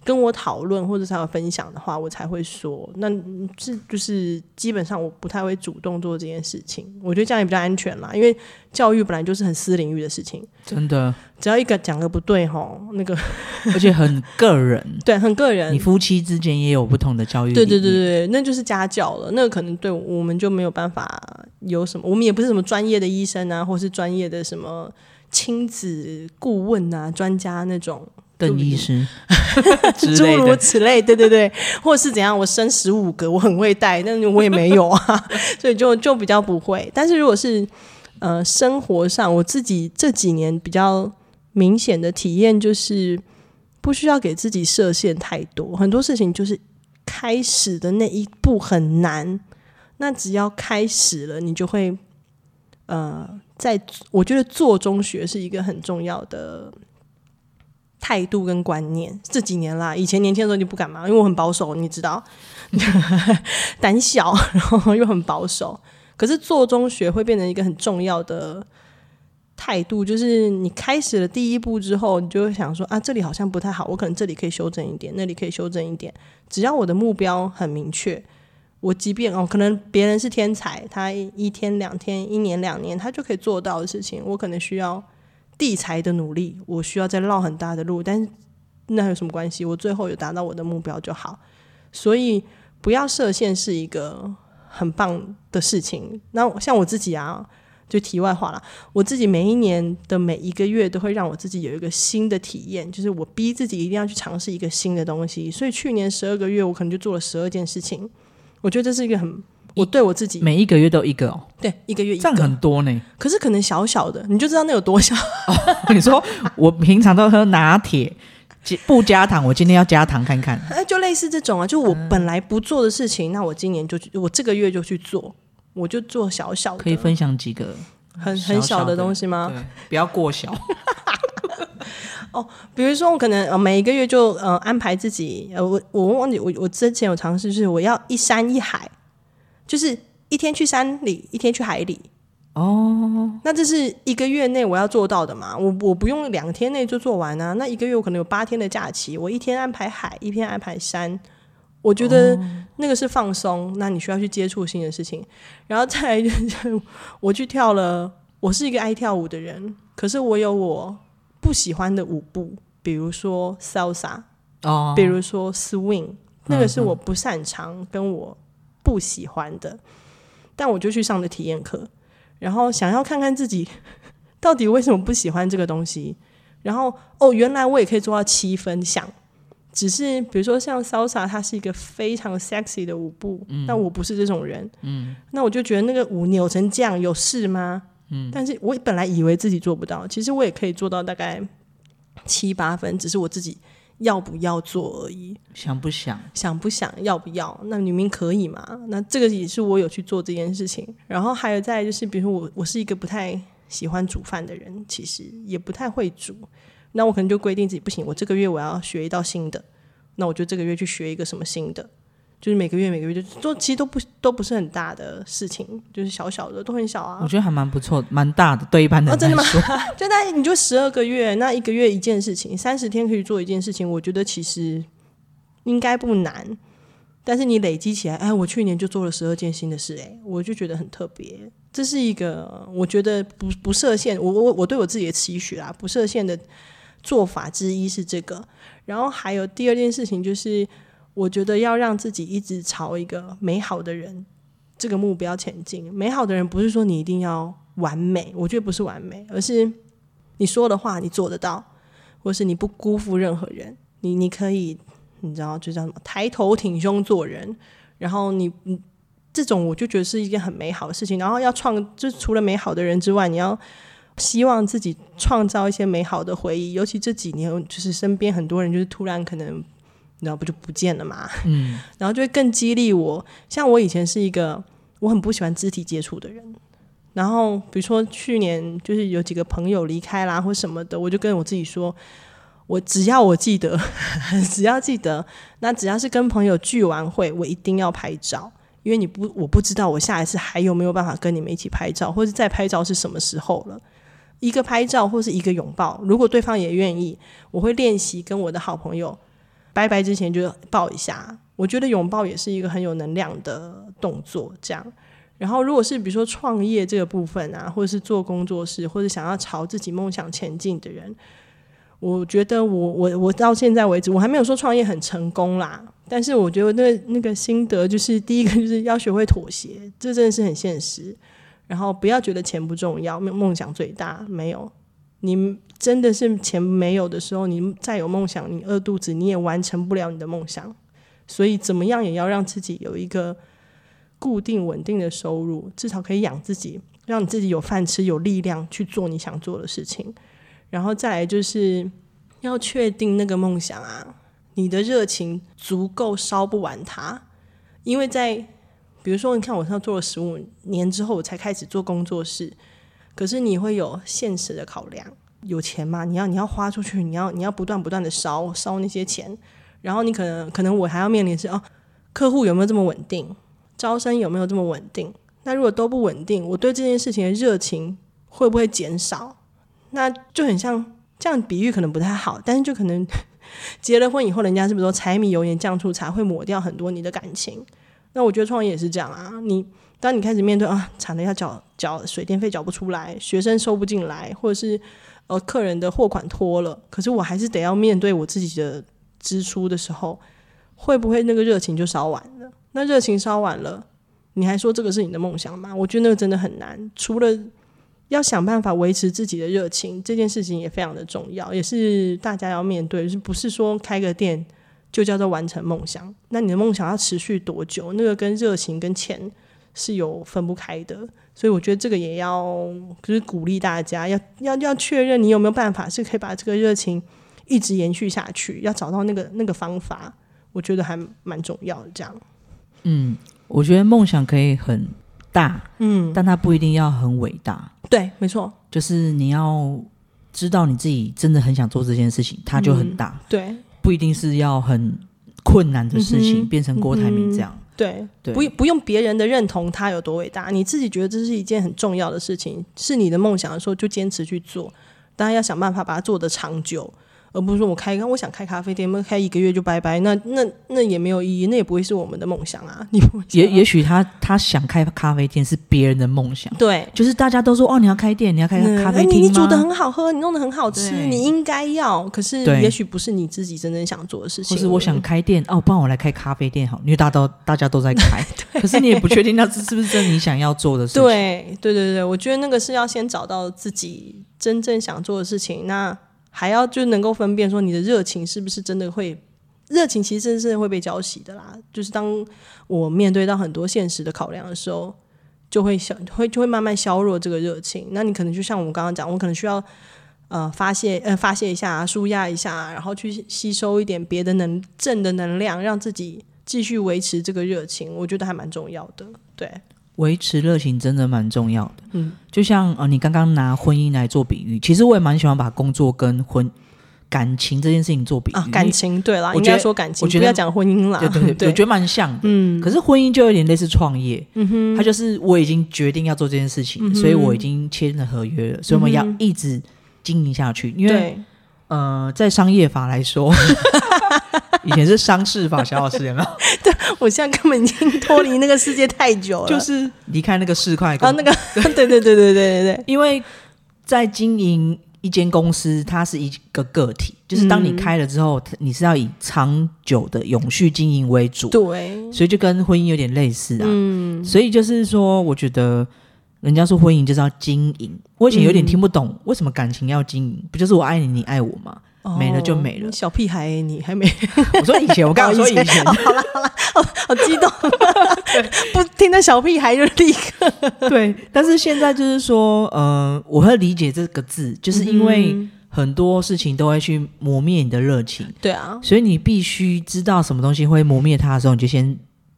B: 跟我讨论或者才有分享的话，我才会说。那嗯是就是基本上我不太会主动做这件事情，我觉得这样也比较安全啦，因为教育本来就是很私领域的事情，
A: 真的，
B: 只要一个讲个不对吼，那个，
A: 而且很个人
B: 对很个人
A: 你。夫妻之间也有不同的教育。
B: 嗯对对对，对，那就是家教了。那个可能对我们就没有办法有什么，我们也不是什么专业的医生啊，或是专业的什么亲子顾问啊、专家那种。
A: 邓医师 之
B: 诸
A: 类
B: 如
A: 的，
B: 此类，对对对， 或者是怎样，我生十五个，我很会带，但是我也没有 啊，所以就就比较不会。但是如果是呃生活上，我自己这几年比较明显的体验就是，不需要给自己设限太多，很多事情就是开始的那一步很难，那只要开始了，你就会呃，在我觉得做中学是一个很重要的态度跟观念。这几年啦，以前年轻的时候就不敢嘛，因为我很保守，你知道， 胆小， 然后又很保守。可是做中学会变成一个很重要的态度，就是你开始了第一步之后，你就会想说啊，这里好像不太好，我可能这里可以修正一点，那里可以修正一点。只要我的目标很明确，我即便哦，可能别人是天才，他一天两天、一年两年，他就可以做到的事情，我可能需要地才的努力，我需要再绕很大的路，但是那有什么关系？我最后有达到我的目标就好。所以不要设限是一个很棒的事情。那像我自己啊，就题外话啦，我自己每一年的每一个月都会让我自己有一个新的体验，就是我逼自己一定要去尝试一个新的东西。所以去年十二个月，我可能就做了十二件事情。我觉得这是一个很嗯我对我自己
A: 每一个月都一个哦，
B: 对一个月一
A: 这样
B: 个，
A: 很多呢。
B: 可是可能小小的，你就知道那有多小。
A: 你说我平常都喝拿铁，其不加糖，我今天要加糖看看。
B: 呃，就类似这种啊，就我
A: 嗯
B: 本来不做的事情，那我今年就去我这个月就去做，我就做小小的，
A: 可以分享几个，
B: 很
A: 小
B: 很
A: 小
B: 小的
A: 的
B: 东西吗？
A: 对，不要过 小。
B: 比如说，我可能呃每一个月就呃安排自己，呃我我忘记我我之前有尝试，就是我要一山一海，就是一天去山里，一天去海里。哦，那这是一个月内我要做到的嘛？我我不用两天内就做完啊。那一个月我可能有八天的假期，我一天安排海，一天安排山。我觉得那个是放松，那你需要去接触新的事情，然后再来就是我去跳了，我是一个爱跳舞的人，可是我有我不喜欢的舞步，比如说 salsa，
A: 哦，
B: 比如说 swing，那个是我不擅长跟我不喜欢的，但我就去上的体验课，然后想要看看自己 到底为什么不喜欢这个东西，然后哦，原来我也可以做到七分像。只是比如说像 salsa，它是一个非常 sexy 的舞步，但我不是这种人，嗯，那我就觉得那个舞扭成这样有事吗？嗯，但是我本来以为自己做不到，其实我也可以做到大概七八分，只是我自己要不要做而已，
A: 想不想？
B: 想不想要不要？那明明可以嘛？那这个也是我有去做这件事情。然后还有再来就是，比如说我我是一个不太喜欢煮饭的人，其实也不太会煮。那我可能就规定自己不行，我这个月我要学一道新的，那我就这个月去学一个什么新的，就是每个月每个月就做，其实都不都不是很大的事情，就是小小的都很小啊
A: 我。觉得还蛮不错，蛮大的，对一般的
B: 哦真
A: 人
B: 的
A: 来说，
B: 吗 就大概你就十二个月，那一个月一件事情，三十天可以做一件事情，我觉得其实应该不难。但是你累积起来，哎，我去年就做了十二件新的事、哎，我就觉得很特别。这是一个我觉得不不设限，我我我对我自己的期许啦，不设限的做法之一是这个。然后还有第二件事情就是，我觉得要让自己一直朝一个美好的人这个目标前进。美好的人不是说你一定要完美，我觉得不是完美，而是你说的话你做得到，或是你不辜负任何人，你你可以，你知道就叫什么抬头挺胸做人，然后你你这种我就觉得是一件很美好的事情。然后要创，就是除了美好的人之外，你要希望自己创造一些美好的回忆。尤其这几年，就是身边很多人就是突然可能。你知道不就不见了嘛？嗯，然后就会更激励我。像我以前是一个我很不喜欢肢体接触的人，然后比如说去年就是有几个朋友离开啦或什么的，我就跟我自己说，我只要我记得， 只要记得，那只要是跟朋友聚完会，我一定要拍照，因为你不我不知道我下一次还有没有办法跟你们一起拍照，或者再拍照是什么时候了。一个拍照或是一个拥抱，如果对方也愿意，我会练习跟我的好朋友拜拜之前就抱一下。我觉得拥抱也是一个很有能量的动作，这样。然后，如果是比如说创业这个部分啊，或者是做工作室，或者想要朝自己梦想前进的人，我觉得我我我到现在为止，我还没有说创业很成功啦。但是我觉得那那个心得就是，第一个就是要学会妥协，这真的是很现实。然后不要觉得钱不重要，梦梦想最大。没有，你真的是钱没有的时候，你再有梦想，你饿肚子你也完成不了你的梦想。所以怎么样也要让自己有一个固定稳定的收入，至少可以养自己，让你自己有饭吃、有力量去做你想做的事情。然后再来就是要确定那个梦想啊，你的热情足够烧不完它，因为在比如说，你看我要做了十五年之后，我才开始做工作室，可是你会有现实的考量，有钱吗？你要你要花出去，你要你要不断不断的烧烧那些钱，然后你可能可能我还要面临是哦，客户有没有这么稳定？招生有没有这么稳定？那如果都不稳定，我对这件事情的热情会不会减少？那就很像这样比喻可能不太好，但是就可能 结了婚以后，人家是不是说柴米油盐酱醋茶会抹掉很多你的感情？那我觉得创业也是这样啊，你当你开始面对啊，惨了要缴缴水电费缴不出来，学生收不进来，或者是呃客人的货款拖了，可是我还是得要面对我自己的支出的时候，会不会那个热情就烧完了？那热情烧完了，你还说这个是你的梦想吗？我觉得那个真的很难，除了要想办法维持自己的热情，这件事情也非常的重要，也是大家要面对，就是不是说开个店就叫做完成梦想？那你的梦想要持续多久？那个跟热情跟钱是有分不开的，所以我觉得这个也要就是鼓励大家，要要要确认你有没有办法是可以把这个热情一直延续下去，要找到那个那个方法，我觉得还蛮重要的。这样，
A: 嗯，我觉得梦想可以很大，嗯，但它不一定要很伟大，
B: 对，没错，
A: 就是你要知道你自己真的很想做这件事情，它就很大，
B: 对
A: 不一定是要很困难的事情，
B: 嗯哼嗯
A: 变成郭台铭这样。
B: 对，
A: 对，
B: 不不用别人的认同他有多伟大，你自己觉得这是一件很重要的事情，是你的梦想的时候就坚持去做，当然要想办法把它做得长久，而不是说我开一个我想开咖啡店，那开一个月就拜拜，那那那也没有意义，那也不会是我们的梦想啊， 你不会想
A: 也
B: 要
A: 也许他他想开咖啡店是别人的梦想，
B: 对。
A: 就是大家都说哦，你要开店，你要开
B: 嗯
A: 咖
B: 哎
A: 啡
B: 你
A: 厅
B: 你
A: 吗？
B: 煮的很好喝，你弄得很好吃，
A: 对
B: 你应该要。可是
A: 对
B: 也许不是你自己真正想做的事情。
A: 或是我想开店哦，不然我来开咖啡店好，因为大家都大家都在 开，可是你也不确定那是是不是真的你想要做的事情。，
B: 对对对对，我觉得那个是要先找到自己真正想做的事情，那还要就能够分辨说你的热情是不是真的会。热情其实真是会被浇熄的啦，就是当我面对到很多现实的考量的时候，就会消会就会慢慢削弱这个热情。那你可能就像我们刚刚讲，我可能需要呃发泄呃发泄一下、舒压一下，然后去吸收一点别的能正的能量，让自己继续维持这个热情，我觉得还蛮重要的。对，
A: 维持热情真的蛮重要的。
B: 嗯，
A: 就像呃，你刚刚拿婚姻来做比喻，其实我也蛮喜欢把工作跟婚感情这件事情做比喻，
B: 啊，感情对啦，
A: 我
B: 应
A: 觉得
B: 该说感情，
A: 我觉
B: 不
A: 得
B: 要讲婚姻啦。
A: 对对 对，我觉得蛮像的。
B: 嗯，
A: 可是婚姻就有点类似创业，嗯哼，它就是我已经决定要做这件事情，
B: 嗯哼
A: 所以我已经签了合约了，所以我们要
B: 嗯哼
A: 一直经营下去。因为
B: 对
A: 呃，在商业法来 说，以前是商事法，小老师有没有？
B: 我现在根本已经脱离那个世界太久了。
A: 就是离开那个市侩
B: 啊，
A: 跟，
B: 那个，对对对对对对对，
A: 因为在经营一间公司，它是一个个体，就是当你
B: 嗯
A: 开了之后，你是要以长久的永续经营为主，
B: 对，
A: 所以就跟婚姻有点类似啊。
B: 嗯，
A: 所以就是说，我觉得人家说婚姻就是要经营，我以前有点听不懂、
B: 嗯
A: 为什么感情要经营，不就是我爱你，你爱我 吗？没了就没了
B: 哦小屁孩，你还没，
A: 我说以前，我刚刚说以前
B: 哦，好啦好啦，哦好激动，不听到小屁孩就立刻，
A: 对， 但是现在就是说，呃，我会理解这个字，就是因为
B: 嗯
A: 很多事情都会去磨灭你的热情，
B: 对啊，
A: 所以你必须知道什么东西会磨灭它的时候，你就先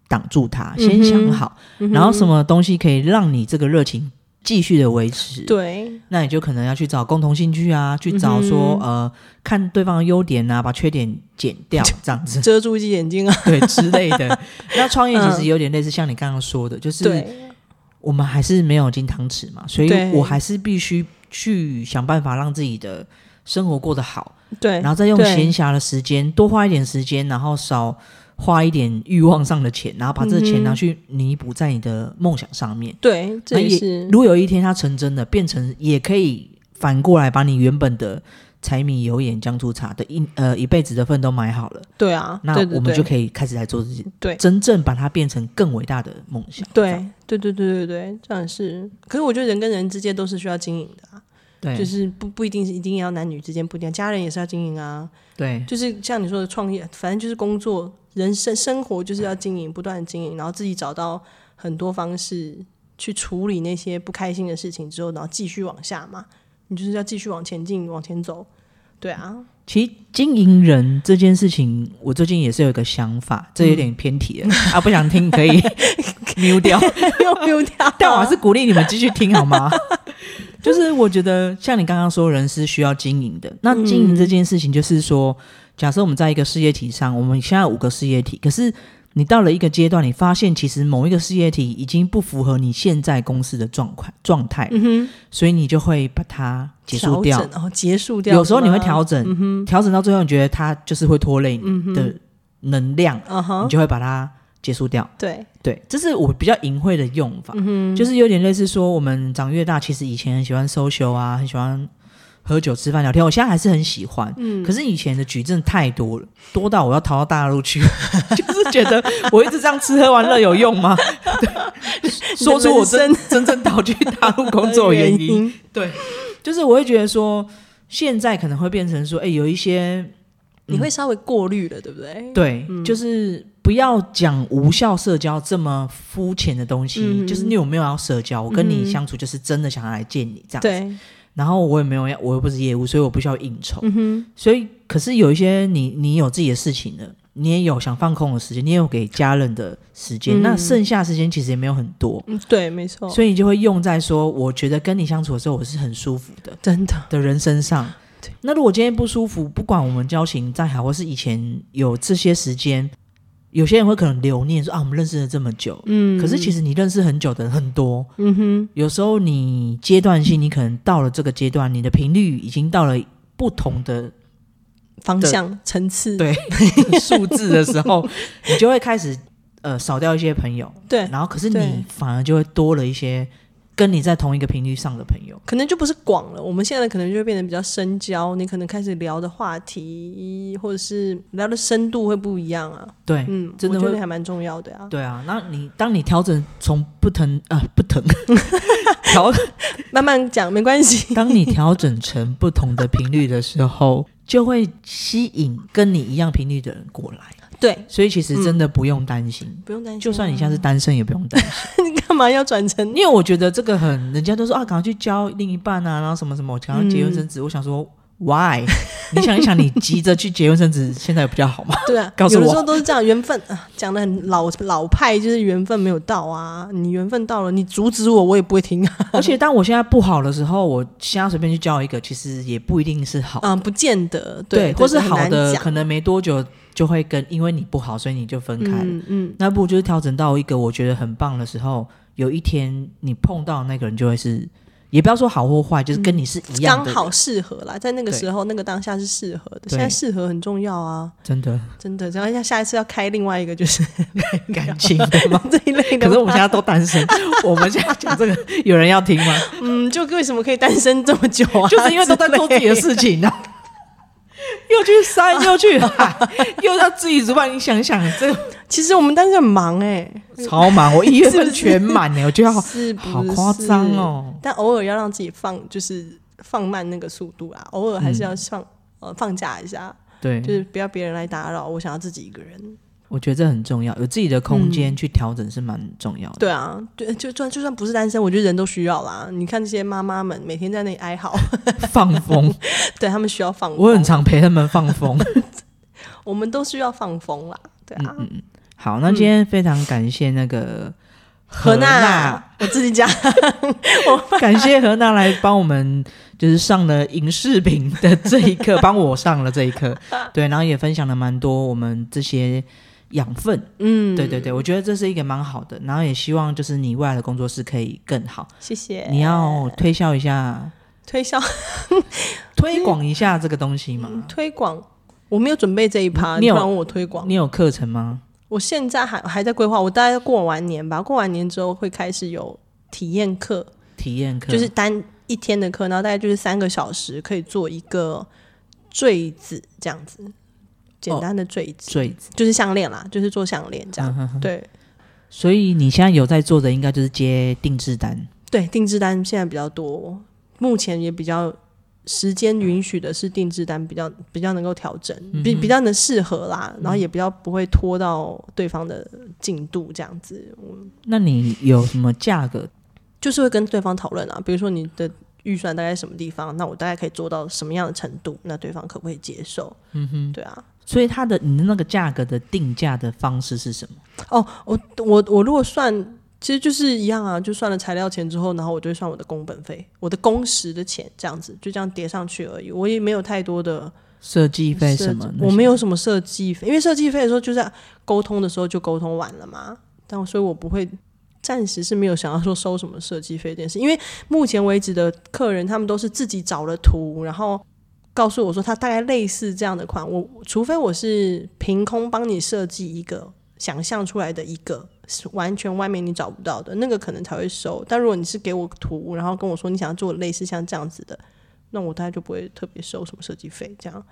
A: 挡住它，
B: 嗯
A: 先
B: 哼
A: 想好，
B: 嗯哼
A: 然后什么东西可以让你这个热情继续的维持，
B: 对，
A: 那你就可能要去找共同兴趣啊，去找说、
B: 嗯哼
A: 呃，看对方的优点啊，把缺点减 掉，这样子
B: 遮住一只眼睛啊，
A: 对之类 的。那创业其实
B: 嗯
A: 有点类似像你刚刚说的，就是
B: 对，
A: 我们还是没有金汤匙嘛，所以
B: 对
A: 我还是必须去想办法让自己的生活过得好，
B: 对
A: 然，后再用
B: 对
A: 闲暇的时间多花一点时间，然后少。花一点欲望上的钱，然后把这个钱拿
B: 嗯哼
A: 去弥补在你的梦想上面。
B: 对，这
A: 那
B: 也
A: 也
B: 是，
A: 如果有一天它成真的，变成也可以反过来把你原本的柴米油盐酱醋茶的一呃一辈子的份都买好了，
B: 对啊，
A: 那
B: 对对
A: 我们
B: 对
A: 就可以开始来做自己，
B: 对
A: 真正把它变成更伟大的梦想。这样
B: 对对对对对对，这样是。可是我觉得人跟人之间都是需要经营的啊，
A: 对，
B: 就是不不一定是一定要男女之间不一定要，家人也是要经营啊。
A: 对
B: 就是像你说的创业，反正就是工作、人生、生活就是要经营，不断地经营，然后自己找到很多方式去处理那些不开心的事情之后，然后继续往下嘛。你就是要继续往前进，往前走。对啊，
A: 其实经营人这件事情，我最近也是有一个想法，这有点偏题 了、啊，不想听可以 mute 掉。
B: 又丢掉，啊
A: 但我还是鼓励你们继续听好 吗？就是我觉得像你刚刚说，人是需要经营的。那经营这件事情，就是说，假设我们在一个事业体上，我们现在有五个事业体，可是你到了一个阶段，你发现其实某一个事业体已经不符合你现在公司的状况状态，
B: 嗯哼，
A: 所以你就会把它结束掉
B: 调。整哦，结束掉。嗯
A: 有时候你会
B: 是吗
A: 调，整，调整到最后，你觉得它就是会拖累你的能量，
B: 嗯
A: 你
B: 哼，
A: 就会把它结束掉。
B: 对，
A: 对，这是我比较隐晦的用法，就是有点类似说，我们长越大，其实以前很喜欢 social 啊，很喜欢喝酒、吃饭、聊天，我现在还是很喜欢。
B: 嗯
A: 可是以前的矩阵太多了，多到我要逃到大陆去， 就是觉得我一直这样吃喝玩乐有用吗？对，说出我真 真正逃去大陆工作的原因。
B: 因，
A: 对，就是我会觉得说，现在可能会变成说，哎、有一些
B: 你会稍微过滤了，对不对？
A: 对，就是不要讲无效社交这么肤浅的东西。
B: 嗯
A: 就是你有没有要社交？我跟
B: 嗯
A: 你相处就是真的想要来见你这样。，
B: 对，
A: 然后我也没有要，我又不是业务，所以我不需要应酬。
B: 嗯哼，
A: 所以，可是有一些你你有自己的事情了，你也有想放空的时间，你也有给家人的时间，
B: 嗯
A: 那剩下的时间其实也没有很多。
B: 嗯，对，没错，
A: 所以你就会用在说，我觉得跟你相处的时候，我是很舒服的。
B: 真的，
A: 的人身上
B: 对。
A: 那如果今天不舒服，不管我们交情再好，或是以前有这些时间，有些人会可能留念说啊，我们认识了这么久。
B: 嗯
A: 可是其，实你认识很久的人很多，
B: 嗯哼，
A: 有时候你阶段性，你可能到了这个阶段，你的频率已经到了不同的
B: 方
A: 对
B: 向层次，
A: 对 数字的时 候，你就会开始呃少掉一些朋友，
B: 对，
A: 然后可是
B: 对
A: 你反而就会多了一些跟你在同一个频率上的朋友。
B: 可能就不是广了，我们现在可能就会变得比较深交，你可能开始聊的话题或者是聊的深度会不一样啊。
A: 对，
B: 嗯，
A: 真的
B: 我觉
A: 会
B: 得还蛮重要的啊，
A: 对啊，那你当你调整从不疼啊、不疼，调
B: 慢慢讲没 关系。
A: 当你调整成不同的频率的时候，就会吸引跟你一样频率的人过来。
B: 对，
A: 所以其实真的不用嗯担心，
B: 不用担心啊。
A: 就算你现在是单身也不用担心，
B: 你干嘛要转成
A: 因为我觉得这个很，人家都说啊，赶快去交另一半啊，然后什么什么，赶快结婚生子。我想说，why？你想一想，你急着去结婚生子，现在比较好吗？
B: 对啊，
A: 告诉
B: 有的
A: 我
B: 时候都是这样，缘分啊，讲的很老老派，就是缘分没有到啊。你缘分到了，你阻止我，我也不会听啊。
A: 而且当我现在不好的时候，我现在随便去交一个，其实也不一定是好。
B: 啊，不见得，
A: 对，或是
B: 很
A: 好
B: 难
A: 的，
B: 讲
A: 可能没多久就会跟，因为你不好，所以你就分开了。
B: 嗯嗯，
A: 那不如就是调整到一个我觉得很棒的时候，有一天你碰到那个人就会是，也不要说好或坏，就是跟你是一样
B: 刚
A: 的人，
B: 好适合啦，在那个
A: 对
B: 时候，那个当下是适合的。
A: 对
B: 现在适合很重要啊，
A: 真 的
B: 真的。然后下下一次要开另外一个，就是
A: 感情对吗？
B: 这一类 的。
A: 可是我们现在都单身，我们现在讲这个，有人要听 吗？
B: 嗯，就为什么可以单身这么久啊？
A: 就是因为都在做自己的事情呢、啊。 又去山，又去海，又要自己煮饭。你想想，这个
B: 其实我们单身很忙哎、
A: 超忙，我一月份
B: 是不是
A: 全满呢、我觉得好
B: 是不是
A: 好夸张！哦。
B: 但偶尔要让自己放，就是放慢那个速度啦。偶尔还是要放、
A: 嗯
B: 呃放假一下，
A: 对，
B: 就是不要别人来打扰，我想要自己一个人。
A: 我觉得这很重要，有自己的空间去调整是蛮重 要的。
B: 对啊，对，就就就算不是单身，我觉得人都需要啦。你看这些妈妈们每天在那里哀嚎，
A: 放风，
B: 对他们需要放风，
A: 我很常陪他们放风。
B: 我们都需要放风啦。对啊，
A: 嗯好，那今天非常感谢那个
B: 何
A: 何娜，
B: 娜，我自己讲，
A: 感谢何娜来帮我们，就是上了影视频的这一课，帮我上了这一课。对，然后也分享了蛮多我们这些养分。
B: 嗯，
A: 对对对，我觉得这是一个蛮好的。然后也希望就是你未来的工作室可以更好。
B: 谢谢。
A: 你啊要推销一下，
B: 推销
A: 推广一下这个东西吗？
B: 推广，我没有准备这一趴，
A: 你
B: 你
A: 有
B: 突然问我推广。
A: 你有课程吗？
B: 我现在还还在规划，我大概过完年吧，过完年之后会开始有体验课，
A: 体验课
B: 就是单一天的课，然后大概就是三个小时，可以做一个坠子这样子，
A: 哦
B: 简单的坠子，
A: 坠子。
B: 就是项链啦，就是做项链这样。
A: 嗯哼哼
B: 对
A: 所以你现在有在做的，应该就是接定制单。
B: 对，定制单现在比较多，目前也比较时间允许的是定制单比较比较能够调整，比比较能适合啦，然后也比较不会拖到对方的进度这样子。
A: 那你有什么价格？
B: 就是会跟对方讨论啊，比如说你的预算大概是什么地方，那我大概可以做到什么样的程度，那对方可不可以接受？嗯哼，对啊。
A: 所以它的你的那个价格的定价的方式是什么？
B: 哦，我我我如果算，其实就是一样啊，就算了材料钱之后，然后我就会算我的工本费、我的工时的钱，这样子就这样叠上去而已。我也没有太多的
A: 设计费什么
B: 设计
A: 那些？
B: 我没有什么设计费，因为设计费的时候就是沟通的时候就沟通完了嘛，但所以我不会。暂时是没有想要说收什么设计费这件事，因为目前为止的客人他们都是自己找了图，然后告诉我说他大概类似这样的款，我除非我是凭空帮你设计一个想象出来的一个，是完全外面你找不到的那个可能才会收。但如果你是给我图，然后跟我说你想要做类似像这样子的，那我大概就不会特别收什么设计费这样。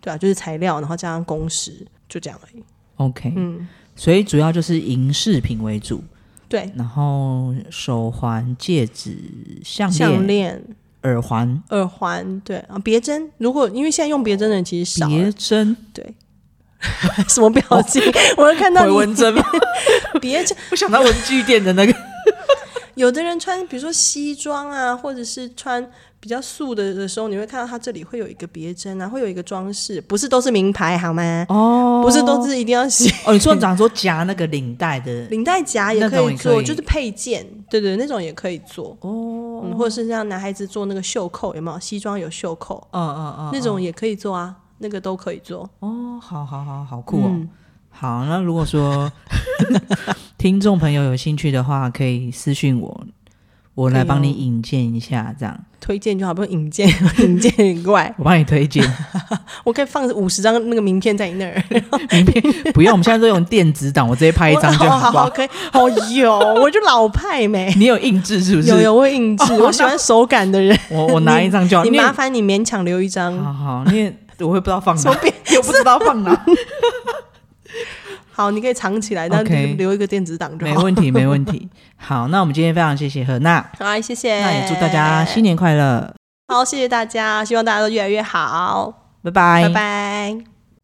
B: 对啊，就是材料，然后加上工时，就这样而已。
A: OK，嗯，所以主要就是银饰品为主，
B: 对，
A: 然后手环、戒指、项
B: 项
A: 链、
B: 链、
A: 耳环、
B: 耳环，对啊，别针。如果因为现在用别针的人其实少了
A: 别，哦针、
B: 对。什么表情？ 我看到
A: 回
B: 你
A: 纹针 吗？
B: 别针。
A: 我想到文具店的 那个，
B: 有的人穿，比如说西装啊，或者是穿比较素的的时候，你会看到他这里会有一个别针啊，会有一个装饰，不是都是名牌好吗？
A: 哦
B: 不是都是一定要写
A: 哦，你说讲说夹那个领带的
B: 领带夹也
A: 那
B: 可
A: 种
B: 以
A: 也
B: 做，
A: 可以
B: 就是配件，对对，那种也可以做。
A: 哦，
B: 嗯，或者是让男孩子做那个袖扣，有没有？西装有袖扣，
A: 嗯嗯嗯，
B: 那种也可以做啊，那个都可以做。
A: 哦，好好好好酷哦。
B: 嗯
A: 好，那如果说 听众朋友有兴趣的话，可以私信我，我来帮你
B: 可以
A: 引荐一下，这样
B: 推荐就好，不用引荐， 引荐很怪。
A: 我帮你推荐。
B: 我可以放五十张那个名片在你那儿，
A: 不用，我们现在都用电子 档，我直接拍一张就
B: 我
A: 好
B: 好
A: 不好
B: 好？可以。哦有，我就老派没。
A: 你有印制是不是？
B: 有有我印 制，
A: 哦
B: 我喜欢手感的人。
A: 我我拿一张就好。
B: 你
A: 因为
B: 麻烦你勉强留一张。
A: 好好，因为我会不知道放
B: 什
A: 哪
B: 么，变？
A: 又不知道放 哪。
B: 好，你可以藏起来，但
A: OK
B: 留一个电子档就
A: 没
B: 好。
A: 问题，没问题。好，那我们今天非常谢谢何娜，
B: 好，谢谢。
A: 那也祝大家新年快乐，
B: 好，谢谢大家，希望大家都越来越好，
A: 拜拜
B: 拜拜